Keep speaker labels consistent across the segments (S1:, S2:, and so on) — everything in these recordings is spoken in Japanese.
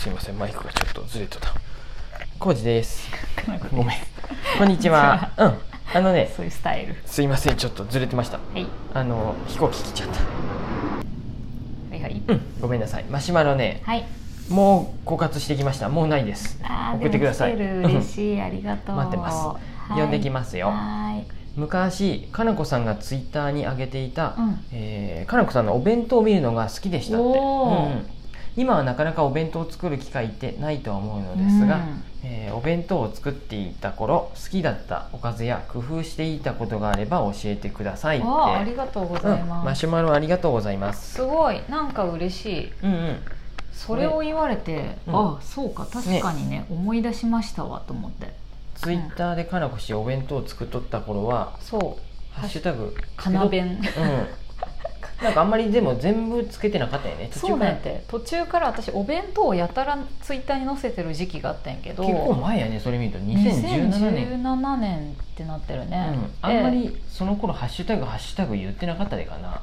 S1: すいませんマイクがちょっとずれてたコウジ です
S2: かなこ
S1: ごめんこんにちはうんあのね
S2: そういうスタイル、
S1: すいませんちょっとずれてました
S2: はい、
S1: あの飛行機来ちゃっ
S2: はいはい
S1: たうんごめんなさいマシュマロね
S2: はい
S1: もう枯渇してきましたもうないです
S2: あー
S1: 送ってください
S2: でも来てる嬉しいありがとう
S1: 待ってます
S2: はい
S1: 呼んできますよ
S2: は
S1: 昔かなこさんがツイッターに上げていた、
S2: うん
S1: えーかなこさんのお弁当を見るのが好きでしたって、
S2: おー
S1: うん今はなかなかお弁当を作る機会ってないとは思うの
S2: ーい
S1: ですが、
S2: うん
S1: えーお弁当を作っていた頃好きだったおかずや工夫していたことがあれば教えてくださいって
S2: わあありがとうござい
S1: うん
S2: ま
S1: マ
S2: す、
S1: シュマロありがとうございます
S2: すごいなんか嬉しい
S1: うんうん
S2: それを言われて、
S1: うん
S2: ああそうか確かにね思い出しましたわと思って
S1: ツイッターでかなこ氏お弁当を作っとった頃は
S2: そう
S1: 「ハッシュタグ
S2: かな弁
S1: うんなんかあんまりでも全部つけてなかったよね途
S2: そ
S1: 中
S2: う
S1: か
S2: だ
S1: ら
S2: って途中から私お弁当をやたらツイッターに載せてる時期があったんやけど
S1: 結構前やねそれ見ると2017年、
S2: 2017年ってなってる
S1: う
S2: ね、
S1: ん、あんまりその頃ハッシュタグハッシュタグ言ってなかったでかな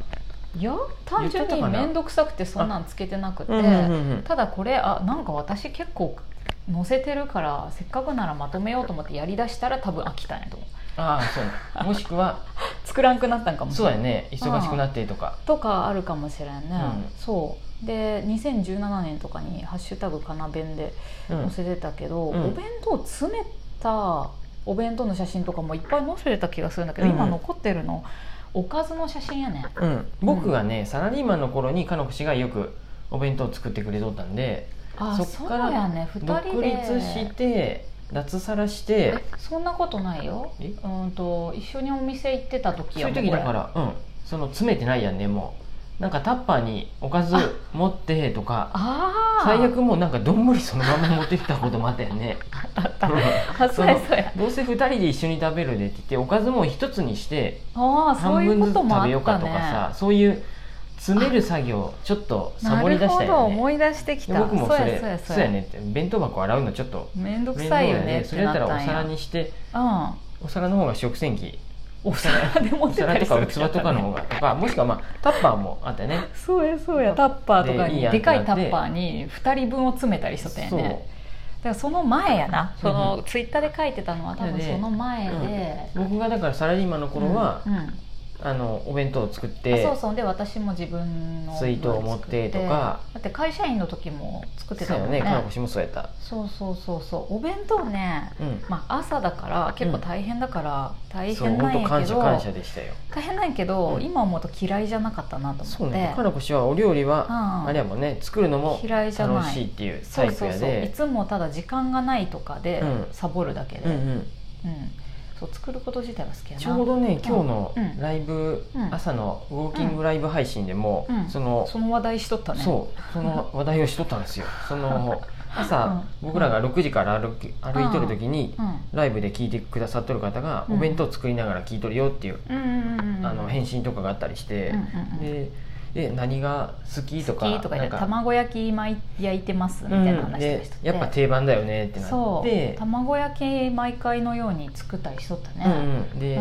S2: でいや単
S1: 言
S2: 純
S1: ってた
S2: に
S1: かな
S2: 面倒くさくてそんなんつけてなくて、ただこれあなんか私結構載せてるからせっかくならまとめようと思ってやりだしたら多分飽きたねと思う
S1: ああそうねもしくは
S2: 作らんくなったんかもし
S1: そ
S2: れ
S1: う
S2: ない
S1: やね忙しくなってとか
S2: とかあるかもしれんね、
S1: うん
S2: そうで2017年とかに「ハッシュタグかな弁」で
S1: うん
S2: 載せてたけど、
S1: うん
S2: お弁当詰めたお弁当の写真とかもいっぱい載せてた気がするんだけど、
S1: うん
S2: 今残ってるのおかずの写真やね
S1: うん僕がねサラリーマンの頃にかのこ氏がよくお弁当を作ってくれとったんで
S2: あそ
S1: そっ
S2: う
S1: から
S2: やね
S1: 独
S2: 2人で
S1: 立して脱サラして
S2: えそんなことないよう
S1: え
S2: んと一緒にお店行ってた時
S1: そ
S2: や
S1: うい
S2: も
S1: うん時だか
S2: こ
S1: らうんその詰めてないやんねもうなんかタッパーにおかず持ってと
S2: れ
S1: か
S2: ああ
S1: 最悪もうなんかどんぶりそのまま持ってきたこともあったよね
S2: だった
S1: うん
S2: あそうやそうや
S1: どうせ2人で一緒に食べるでって言っておかずも一つにして
S2: ああそう
S1: 半
S2: いう
S1: 分
S2: こ
S1: ずつ
S2: とも
S1: 食
S2: あ
S1: べよ
S2: っ
S1: うか
S2: た
S1: と
S2: ね
S1: かさそういう詰める作業ちょっとサボり出した
S2: なるほど
S1: よね
S2: 思い出してき
S1: で
S2: た
S1: 僕もそれ
S2: うや
S1: そ
S2: そう
S1: う
S2: や
S1: やねって弁当箱洗うのちょっと
S2: めんどく
S1: 面倒
S2: さいよねっ
S1: そ
S2: て
S1: れ
S2: な
S1: だっ
S2: った
S1: らお
S2: たん
S1: 皿
S2: や
S1: にして
S2: うん
S1: お皿の方が食洗 機
S2: お皿で持
S1: お
S2: って
S1: 皿
S2: た
S1: と
S2: りする
S1: か器とかの方がとかもしくはまあタッパーもあったよね
S2: そうやそうやタッパーとか
S1: でいい
S2: に
S1: や
S2: で
S1: んってな
S2: か
S1: って
S2: いタッパーに2人分を詰めたりしとったんや
S1: そう
S2: ねだからその前やなそ
S1: うん
S2: のツイッターで書いてたのは多分
S1: で
S2: その前
S1: うん
S2: で
S1: 僕がだからサラリーマンの頃は、
S2: うんうん
S1: あのお弁当を作っ
S2: あ
S1: て
S2: そうそうで私も自分の
S1: 水筒を持ってとか
S2: だって会社員の時も作って
S1: そう
S2: た
S1: よ
S2: もん
S1: ね
S2: ね
S1: かのこしもそうやった
S2: そうそうそうそうお弁当ね
S1: うん
S2: まあ朝だから結構大変だから大
S1: そう
S2: 変
S1: 本
S2: な
S1: 当
S2: んや
S1: 感
S2: け
S1: 謝
S2: ど
S1: 感謝でしたよ
S2: 大変なんやけど
S1: うん
S2: 今思うと嫌いじゃなかったなと
S1: そう
S2: 思っ
S1: ね
S2: て
S1: かのこしはお料理は、
S2: うん
S1: あれやもんね作るのも
S2: 嫌いじゃ
S1: 楽
S2: な
S1: しい
S2: い
S1: っていうタ
S2: そう
S1: イプ
S2: そう
S1: や
S2: そうい
S1: で
S2: つもただ時間がないとかで
S1: うん
S2: サボるだけで
S1: う
S2: うん
S1: うんん
S2: そう作ること自体が好きやな
S1: ちょうどね今日の
S2: うん
S1: ライブ、
S2: うん
S1: 朝のウォーキングライブ配信でも、
S2: うん
S1: その、
S2: その話題しとったね
S1: そうその話題をしとったん ですよその朝、
S2: うん
S1: 僕らが6時から歩き歩いとる時に、
S2: うん
S1: ライブで聞いてくださっとる方が、
S2: うん
S1: お弁当作りながら聞いとるよっていう、
S2: うんうんうんうん
S1: あの返信とかがあったりして、
S2: うんうんうん
S1: でえ何が好きと
S2: 好
S1: か
S2: きとか
S1: な
S2: 言
S1: ん
S2: って卵焼き今焼いてますみたいな
S1: うん
S2: 話とか
S1: で
S2: しとって、
S1: やっぱ定番だよねってなっ
S2: そ
S1: て
S2: う卵焼き毎回のように作ったりしとった
S1: うん
S2: ね、
S1: うんで、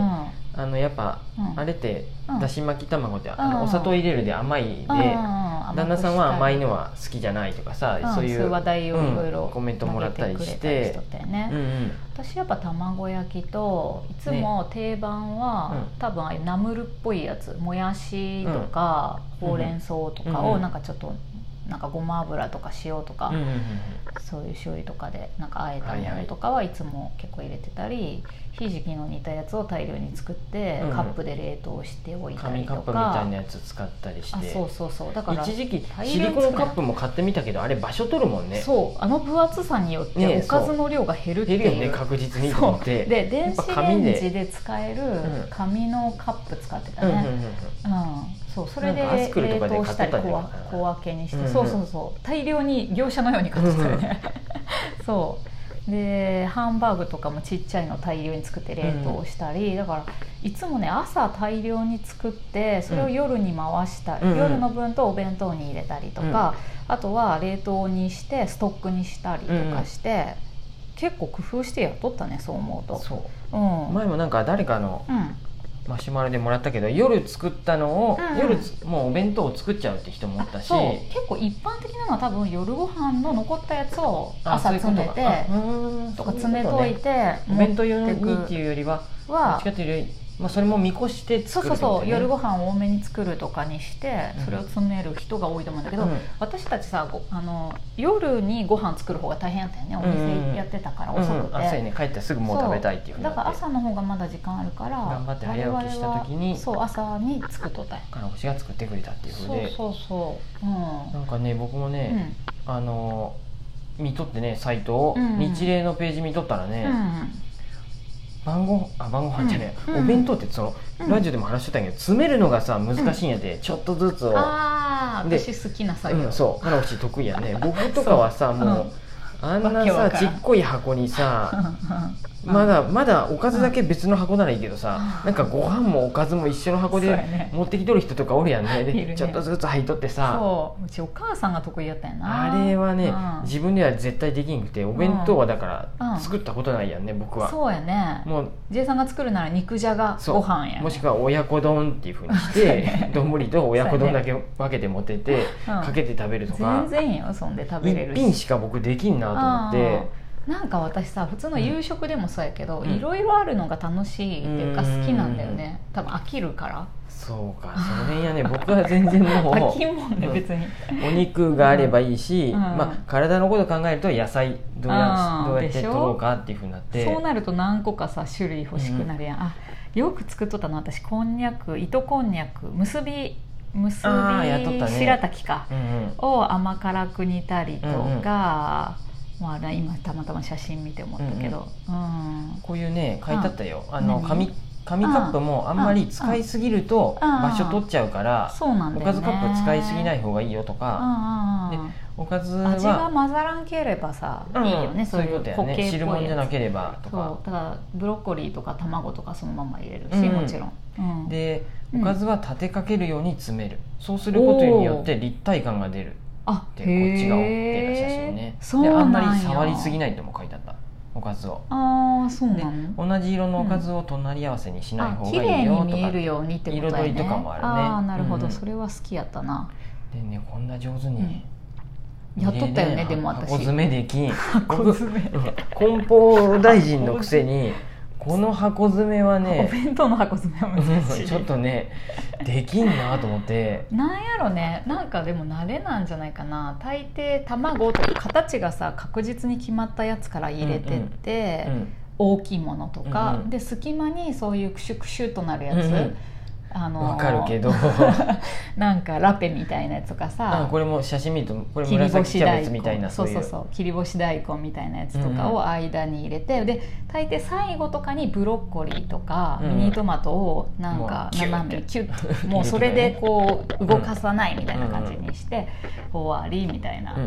S1: あのやっぱ、
S2: うん
S1: あれって
S2: うん
S1: だし巻き卵って、あ
S2: うん
S1: のお砂糖入れるで甘いで、旦
S2: 旦
S1: 那さんは甘いのは好きじゃないとかさ、
S2: うん
S1: そういう
S2: 話題をいろいろ
S1: うんコメントもらったりし
S2: 投げくれたりしてとったよ
S1: う
S2: ね
S1: んうん
S2: 私やっぱ卵焼きといつも定番は、
S1: う
S2: 多分ああいうナムルっぽいやつもやしとか、
S1: うん
S2: ほうれん草と
S1: う
S2: か
S1: んう
S2: を
S1: ん
S2: なんかちょっとなんかごま油とか塩とか、
S1: うんうんうん
S2: そういう醤油とかでなんかあえた
S1: はい
S2: も
S1: は
S2: の
S1: い
S2: とかはいつも結構入れてたり、ひじきの煮たやつを大量に作って、
S1: うん
S2: カップで冷凍しておいた
S1: 紙
S2: り
S1: カッ
S2: と
S1: プみたい
S2: か
S1: なやつ使ったりし
S2: あ
S1: て
S2: そうそうそうだから
S1: 一時期
S2: 大量に
S1: シリコンカップも買ってみたけどあれ場所取るもんね
S2: そうあの分厚さによっ
S1: ね
S2: てお
S1: そう
S2: かずの量が減るってい
S1: 減
S2: う、
S1: るよね確実にと
S2: そ
S1: 思
S2: う
S1: って
S2: で電
S1: やっぱ
S2: 子レ
S1: 紙で
S2: ンジで使え
S1: うん
S2: る紙のカップ使ってた
S1: うんうんうんう
S2: ね、
S1: ん
S2: うんそうそれで
S1: なんかアスクルと
S2: 冷
S1: かで
S2: 凍
S1: 買っ
S2: してた
S1: たんじ
S2: り
S1: ゃな
S2: 小
S1: かっ
S2: わ
S1: たかな
S2: 小分けにして、
S1: うんうん
S2: そうそうそう大量に業者のように買ってたよね、 そうでハンバーグとかもちっちゃいの大量に作って冷凍したり、だからいつもね朝大量に作ってそれを夜に回した、
S1: うんうん
S2: 夜の分とお弁当に入れたりとか、あとは冷凍にしてストックにしたりとかして、結構工夫してやっとったねそう思うと
S1: そう
S2: うん、
S1: 前もなんか誰かの
S2: うん
S1: マシュマロでもらったけど夜作ったのを、
S2: うんうん
S1: 夜つもうお弁当を作っちゃうって人もおったし
S2: そう結構一般的なのは多分夜ご飯の残ったやつを
S1: あ
S2: 朝
S1: そういうこ
S2: 詰
S1: と
S2: めて
S1: かあうーん
S2: とか
S1: そう
S2: 詰
S1: う
S2: め
S1: こと
S2: い
S1: ね
S2: て
S1: お弁当用
S2: 持
S1: に
S2: ってく
S1: っていうよりはどっ
S2: は
S1: ちかというより、まあ、それも見越して
S2: そう
S1: 作る
S2: そうそう夜
S1: ご
S2: ご飯を多めに作るとかにして
S1: うん
S2: それを詰める人が多いと思うんだけど、
S1: うん
S2: 私たちさごあの夜にご飯作る方が大変だったよねお
S1: うんうん
S2: 店やってたから遅くて、
S1: 朝に帰ってすぐもう食べたいっていうふうにな
S2: だ
S1: っ
S2: か
S1: て
S2: ら朝の方がまだ時間あるから
S1: 頑張って早起きした時に
S2: 我々はそう朝に作っとったんや
S1: から星が作ってくれたっていうふう
S2: そう
S1: で
S2: そうそうう
S1: なんかね僕も
S2: ん、
S1: ね、あの見とってねサイトを、
S2: うんうん
S1: 日例のページ見とったらね、
S2: うんうん
S1: 晩ごあ晩ご飯じゃない、
S2: うんうん
S1: お弁当ってその、
S2: うん
S1: ラジオでも話してたんやけど詰めるのがさ難しいんやで、ちょっとずつを、
S2: ああ
S1: で
S2: 私好きな作業、
S1: うん、そう花星得意やね僕とかはさ
S2: う
S1: もう、あん
S2: わ
S1: な
S2: けわ
S1: さ
S2: からん
S1: ちっこい箱にさ
S2: うん
S1: まだまだおかずだけ別の箱ならいいけどさ、
S2: うん
S1: なんかご飯もおかずも一緒の箱
S2: そうや
S1: で
S2: ね
S1: 持ってきとる人とかおるやんねで
S2: いるね
S1: ちょっとずつ入っとってさ
S2: そううちお母さんが得意やったんやな
S1: あれはね、
S2: うん
S1: 自分では絶対できんくてお弁当はだか
S2: う
S1: ら
S2: ん
S1: 作ったことないやんね僕は、
S2: そうやね
S1: もう
S2: J さんが作るなら肉じゃが
S1: そう
S2: ご飯やね
S1: もしくは親子丼っていうふうにし
S2: そうや
S1: て
S2: ね
S1: 丼と親子丼だけ分けて持ってて、
S2: うん
S1: かけて食べるとか
S2: 全然いいよそんで食べれ
S1: 一
S2: る
S1: 品しか僕できんなと思って。
S2: うんなんか私さ普通の夕食でもそうやけど
S1: うん
S2: いろいろあるのが楽しいっていうか
S1: う
S2: 好
S1: ん
S2: きなんだよね多分飽きるから
S1: そうかその辺やね僕は全然も う
S2: 飽きんもんね別に
S1: お肉があればいいし、
S2: うん
S1: まあ、体のこと考えると野菜どうや
S2: うん
S1: どうやって
S2: でしょ
S1: 取ろうかっていうふうになって
S2: そうなると何個かさ種類欲しくなるやん、あよく作っとったの私こんにゃく糸こんにゃく結び結
S1: あーやっとっ
S2: び、
S1: たね
S2: 白滝か
S1: うんうん
S2: を甘辛く煮たりと
S1: う
S2: か、
S1: んうん
S2: まあな、今たまたま写真見て思ったけど、うん
S1: こういうね書いてあったよあの
S2: 何
S1: 紙紙カップもあんまり使いすぎると
S2: うん
S1: 場所取っちゃうから
S2: そうなんだ
S1: お
S2: よね
S1: かずカップ使いすぎない方がいいよと
S2: うん
S1: か
S2: うんうん
S1: おかず
S2: 味が
S1: は
S2: 混ざらんければさ、
S1: うん
S2: いいよねそう
S1: そうい
S2: いうう
S1: ことや
S2: 固形っ
S1: ね
S2: ぽいやつ
S1: 汁物じゃなければとか
S2: そうだからブロッコリーとか卵とかそのまま入れるし、
S1: うん
S2: もちろん、うん
S1: で
S2: うん
S1: おかずは立てかけるように詰めるそうすることによって立体感が出る
S2: あ
S1: ってこっちが OK な写真ね
S2: へーそう
S1: で
S2: なんや
S1: あんまり触りすぎないとも書いてあったおかずを
S2: ああそうな
S1: で
S2: の
S1: 同じ色のおかずを隣り合わせにしない
S2: あ
S1: 方
S2: 綺
S1: がいいよ
S2: 麗に
S1: とか、
S2: 見える
S1: で
S2: ようにってことだよ
S1: 彩
S2: ね
S1: りとかもあるね
S2: ああなるほど、
S1: うんうん
S2: それは好きやったな
S1: ねこんな上手に、
S2: やっとったよね
S1: 入れ
S2: でも私
S1: 箱詰めできん
S2: 箱詰め
S1: 僕うん梱包大臣のくせにこの箱詰めは
S2: お
S1: ね
S2: 弁当の箱詰めは難し
S1: う
S2: い
S1: んちょっとねできんなと思って
S2: なんやろねなんかでも慣れなんじゃないかな大抵卵とか形がさ確実に決まったやつから入れてって、
S1: うん
S2: 大きいものとか、
S1: うんうん
S2: で隙間にそういうクシュクシュとなるやつ、
S1: うんうん
S2: あのー
S1: わかるけど
S2: なんかラペみたいなやつとか
S1: あ
S2: さ
S1: これも写真見るとこれ
S2: 切り干
S1: 紫キ
S2: し
S1: ャベ
S2: 大
S1: ツ
S2: 根
S1: みたいな
S2: そ
S1: そううい
S2: そう
S1: う
S2: そう切り干し大根みたいなやつとか
S1: うんう
S2: を間に入れて、で大抵最後とかにブロッコリーとか
S1: うんう
S2: ミ
S1: ん
S2: ニトマトをなんか
S1: もう
S2: 斜め
S1: キ
S2: キュッ
S1: て
S2: ともうそれでこう動かさないみたいな感じにして終わりみたいな、
S1: うん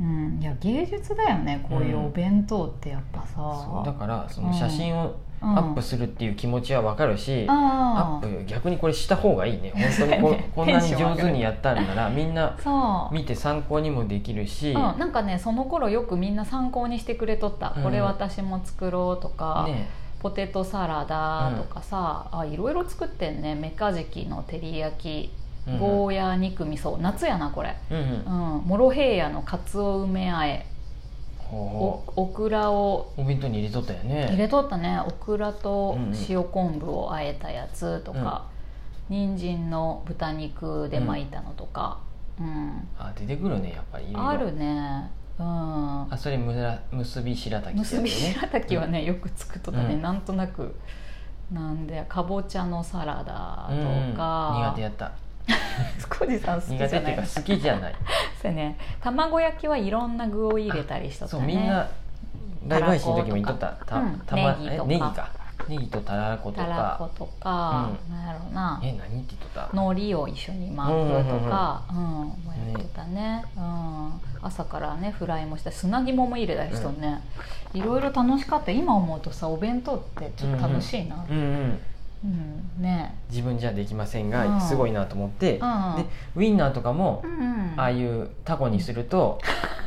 S1: うん
S2: うんいや芸術だよねこういうお弁当ってやっぱさ、
S1: そうだからその写真を
S2: う
S1: ア
S2: ん
S1: ップするっていう気持ちはわかるし、ア
S2: あー
S1: ップ逆にこれした方が いいね本当にこ,、こんなに上手にやったんならみんな
S2: そう
S1: 見て参考にもできるし、
S2: うん、なんかねその頃よくみんな参考にしてくれとった、
S1: うん
S2: これ私も作ろうとか、
S1: ね
S2: ポテトサラダとかさ、あいろいろ作ってんねメカジキの照り焼き
S1: うん
S2: ゴーヤー肉味噌夏やなこれ、
S1: うんうん
S2: うん、モロヘイヤのかつお梅あえお
S1: ほう
S2: オクラを
S1: お弁当に入れとったよね
S2: 入れとったねオクラと
S1: うんうん
S2: 塩昆布をあえたやつとか、人参の豚肉で巻いたのとか、うん
S1: あ出てくるねやっぱりいろいろ
S2: あるねうん
S1: あそれむら結び白滝って
S2: 結
S1: やつ
S2: び白滝はねよく作っとったね、
S1: うん
S2: なんとなくなんでかぼちゃのサラダ
S1: うんうん
S2: とか、
S1: 苦手やった
S2: 少しさん好きじ
S1: 苦
S2: ゃ
S1: 手って
S2: ないいう
S1: か好きじゃない
S2: そうね卵焼きはいろんな具を入れたりしとった
S1: そ
S2: ね
S1: うみんなライブ配信の時も言っとった
S2: たらことか
S1: ま
S2: うん
S1: えネ
S2: ネ
S1: ギか
S2: ギとか
S1: ネギとたらこと
S2: たら
S1: か
S2: ことか、
S1: う
S2: なんやろうな
S1: え何って言っとった
S2: 海苔を一緒に巻くとか、うんもうやっとったねうん、朝からねフライもしたし砂肝も入れたりしとんね、いろいろ楽しかった今思うとさお弁当ってちょっと楽しいな、
S1: うんうん
S2: うん、ね
S1: 自分じゃできません
S2: うん
S1: がすごいなと思って、
S2: うん
S1: でウインナーとかも、
S2: うんうん
S1: ああいうタコにすると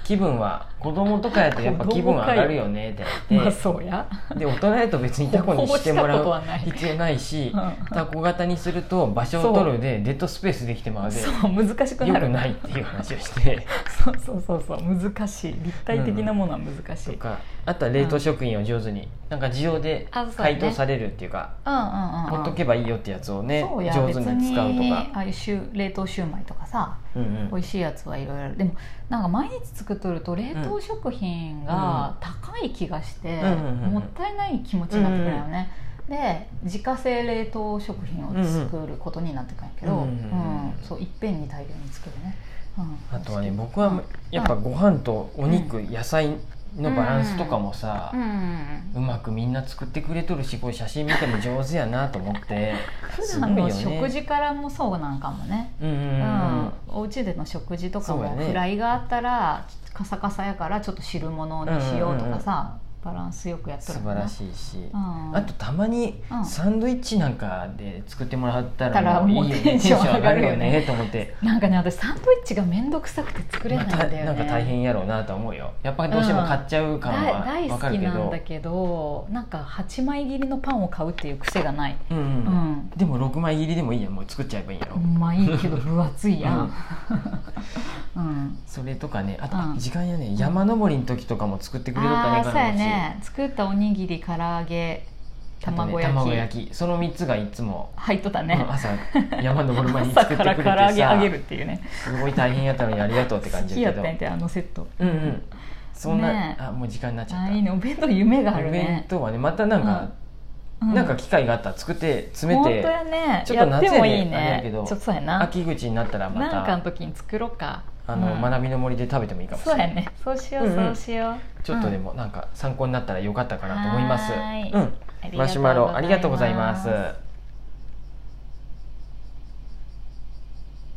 S1: 気分は子供とかやとやっぱ気分上がるよねって
S2: ま
S1: な
S2: あ
S1: って、
S2: そうや、
S1: で大人やと別にタコにしてもら
S2: ほぼしたことはな
S1: う
S2: い
S1: 必要ないし
S2: う、
S1: タコ型にすると場所を取るでデッドスペースできてまうんで
S2: そ
S1: よ
S2: う難しくなる
S1: くないっていう話をして
S2: そうそうそうそう難しい立体的なものは難しい、
S1: と
S2: うん、うん
S1: かあとは冷凍食品を上手になんか自動で
S2: あそうね
S1: 解凍されるっていうか
S2: うんうん
S1: ほっとけばいいよってやつをね
S2: そうや
S1: 上手に使うと
S2: 別に
S1: か
S2: あ。あいうシュ冷凍シューマイとかさ
S1: うんうん
S2: 美味しいやつはいろいろあるでもなんか毎日作っとると冷凍食品が高い気がして、
S1: うんうんうん
S2: もったいない気持ちになってくるよね、で自家製冷凍食品を作ることになってくるんやけど、
S1: う
S2: うんん
S1: うん
S2: そういっぺんに大量に作るね、うん、
S1: あとはね僕はやっぱご飯とお肉、野菜のバランスとかもさ、
S2: う
S1: うん
S2: うんうん
S1: まくみんな作ってくれとるしこう写真見ても上手やなと思 って
S2: 普段の食事からもそうなんかもね
S1: うんうんうん
S2: うん、お家での食事とか
S1: そうや
S2: も
S1: ね
S2: フライがあったらカサカサやからちょっと汁物にしようとかさ、バランスよくやっと
S1: 素
S2: る
S1: 晴ら
S2: い、
S1: しいし、
S2: うん、
S1: あとたまに
S2: うん
S1: サンドイッチなんかで作ってもらった
S2: た
S1: ら
S2: ら
S1: もういいよ
S2: もうテ
S1: ねテ
S2: ンシ
S1: ン
S2: ョン
S1: ション上
S2: 上が
S1: が
S2: る
S1: る
S2: よ
S1: よ
S2: ね
S1: ねと思って。
S2: なんかね私サンドイッチが面倒くさくて作れないんだよね、
S1: またなんか大変やろうなと思うよやっぱりどうしても買っちゃう感
S2: だ
S1: は
S2: 大
S1: わ
S2: 好
S1: か
S2: き
S1: るけ
S2: な
S1: ど
S2: んだ、けどなんか8枚切りのパンを買うっていう癖がない
S1: うん
S2: う
S1: うん
S2: ん、
S1: でも6枚入りでもいいやんもう作っちゃえばいいやろ、
S2: まあいいけど分厚いやん、 うん
S1: それとかねあと、
S2: うん
S1: 時間やね山登りの時とかも作ってくれるか
S2: あ
S1: ね
S2: あ
S1: か
S2: そう
S1: ら
S2: やね作ったおにぎり唐揚げ卵焼き,、
S1: 卵焼きその3つがいつも、
S2: 入っとったね、
S1: うん朝山登る前に
S2: 朝
S1: 作って
S2: か
S1: くれ
S2: ら
S1: てさ
S2: 唐揚げあげるっていうね
S1: すごい大変やったのにありがとうって感
S2: 好
S1: じ
S2: き
S1: や
S2: や
S1: け
S2: った
S1: ど
S2: んやてあのセット
S1: うんうんそんな、
S2: ねえ
S1: あもう時間になっちゃっ
S2: あ
S1: た
S2: ーいいねお弁当夢があ
S1: お
S2: る
S1: 弁
S2: ね
S1: 当はねまたなんか、
S2: う
S1: なんか機会があったら作って詰め
S2: 本当
S1: て、
S2: やね
S1: ちょっと
S2: やっ
S1: 夏
S2: て
S1: やね
S2: もいい
S1: あれやけ
S2: ねち
S1: ど
S2: ょっとそうやな
S1: 秋口になったらま
S2: なんかの
S1: た
S2: 時に作ろうか
S1: あの、
S2: うん
S1: 学びの森で食べてもいいかもし
S2: そ
S1: れ
S2: う
S1: な
S2: や
S1: い、
S2: ねそうしよう、
S1: うんうん
S2: そうしよう
S1: ちょっとで
S2: も、
S1: もなんか参考になったらよかったかなと思います、
S2: はーい
S1: うん、マシュマロありがとうございます